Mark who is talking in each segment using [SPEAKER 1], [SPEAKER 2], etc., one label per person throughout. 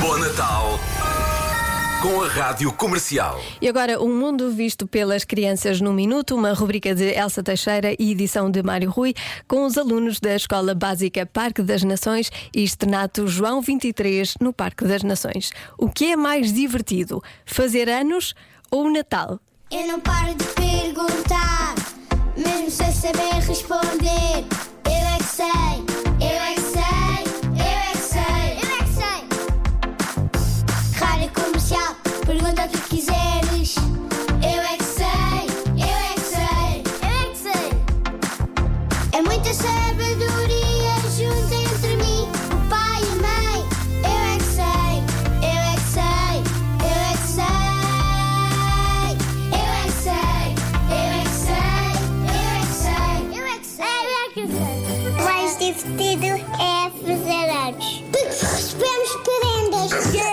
[SPEAKER 1] Bom Natal com a Rádio Comercial.
[SPEAKER 2] E agora, o mundo visto pelas crianças no minuto, uma rubrica de Elsa Teixeira e edição de Mário Rui, com os alunos da Escola Básica Parque das Nações e Externato João 23 no Parque das Nações. O que é mais divertido, fazer anos ou o Natal?
[SPEAKER 3] Eu não paro de perguntar, mesmo sem saber responder. Eu é que sei, eu é que sei, eu é que sei, eu é que sei. Rádio comercial, pergunta o que quiseres. Eu é que sei, eu é que sei, eu é que sei. É muita sabedoria junta entre mim, o pai e a mãe. Eu é que sei, eu é que sei, eu é que sei. Eu é que sei, eu é que sei, eu é que sei, eu é que sei. Mais divertido é fazer anos. Porque recebemos prendas.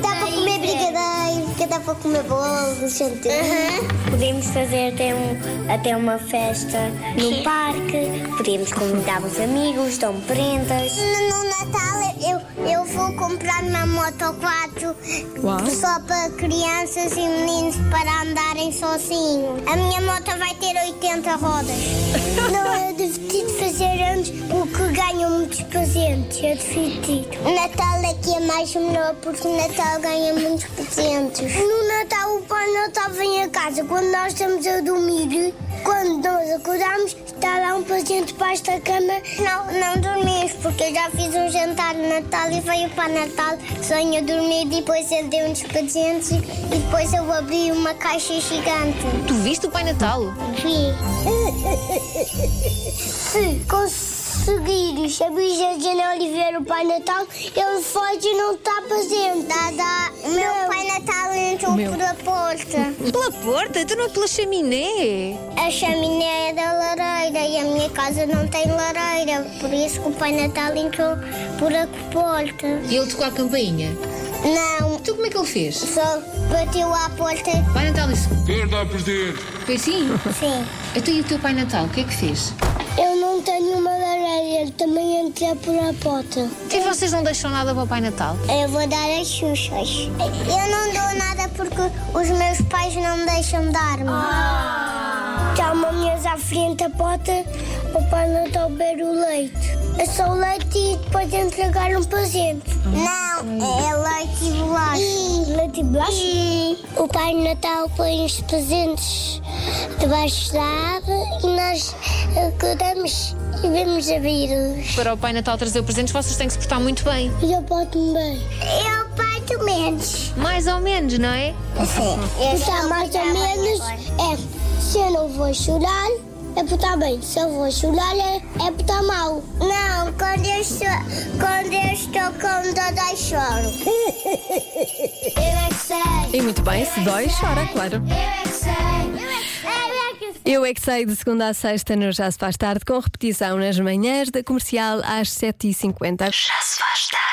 [SPEAKER 3] Dá para comer brigadeiro, dá para comer bolos, gente.
[SPEAKER 4] Podemos fazer até, um- até uma festa no parque, podemos convidar os amigos, dão prendas.
[SPEAKER 3] No, no Natal eu, eu vou comprar uma moto 4
[SPEAKER 2] Uau.
[SPEAKER 3] só para crianças e meninos para andarem sozinhos. A minha moto vai ter 80 rodas. Não é divertido fazer anos porque ganho muitos presentes. É divertido. O Natal aqui é mais melhor porque o Natal ganha muitos presentes. No Natal o Pai Natal vem a casa quando nós estamos a dormir. Quando nós acordamos, está lá um presente debaixo da cama. Não, não dormimos, porque eu já fiz um jantar de Natal e veio para Natal. Sonho dormir, depois ele deu uns presentes e depois eu abri uma caixa gigante.
[SPEAKER 5] Tu viste o Pai Natal?
[SPEAKER 3] Vi. Se conseguires abrir a janela e ver o Pai Natal, ele foge e não está presente. Dada, o meu Pai Natal entrou
[SPEAKER 2] Meu.
[SPEAKER 3] por a porta.
[SPEAKER 5] Pela porta? Tu
[SPEAKER 6] é
[SPEAKER 5] não pela chaminé?
[SPEAKER 3] A chaminé é da lareira e a minha casa não tem lareira, por isso que o Pai Natal entrou por a porta.
[SPEAKER 6] E ele tocou a campainha.
[SPEAKER 3] Não,
[SPEAKER 6] Então como é que ele fez?
[SPEAKER 3] só bateu à porta.
[SPEAKER 6] Pai Natal disse:
[SPEAKER 7] Perda a perder.
[SPEAKER 6] Foi assim?
[SPEAKER 3] Sim.
[SPEAKER 6] Então e o teu Pai Natal, o que é que fez?
[SPEAKER 3] Eu não tenho uma lareira, ele também entra por a porta.
[SPEAKER 6] E vocês não deixam nada para o Pai Natal?
[SPEAKER 3] Eu vou dar as xuxas. Eu não dou nada porque os meus pais não me deixam dar-me. Está uma mesa à frente da porta para o Pai Natal beber o leite. É só o leite e depois entregar um presente. Não, é leite e bolacha. Leite e bolacha? O Pai Natal põe os presentes debaixo da árvore e nós acordamos e vamos abri-los.
[SPEAKER 6] Para o Pai Natal trazer presentes, vocês têm que se portar muito bem.
[SPEAKER 3] E eu boto-me bem. Eu boto menos.
[SPEAKER 6] Mais ou menos, não é?
[SPEAKER 3] Botar Então, mais ou menos é se eu não vou chorar, é botar bem. Se eu vou chorar, é, é botar mal. Não, quando eu, quando eu estou com dor, eu choro. eu é que sei.
[SPEAKER 2] E muito bem, se dói, chora, claro.
[SPEAKER 3] Eu é que sei. Eu é que sei. Eu é que sei.
[SPEAKER 2] Eu é que sei de segunda a sexta no Já se faz tarde, com repetição nas manhãs da comercial às 7h50.
[SPEAKER 5] Já se faz tarde.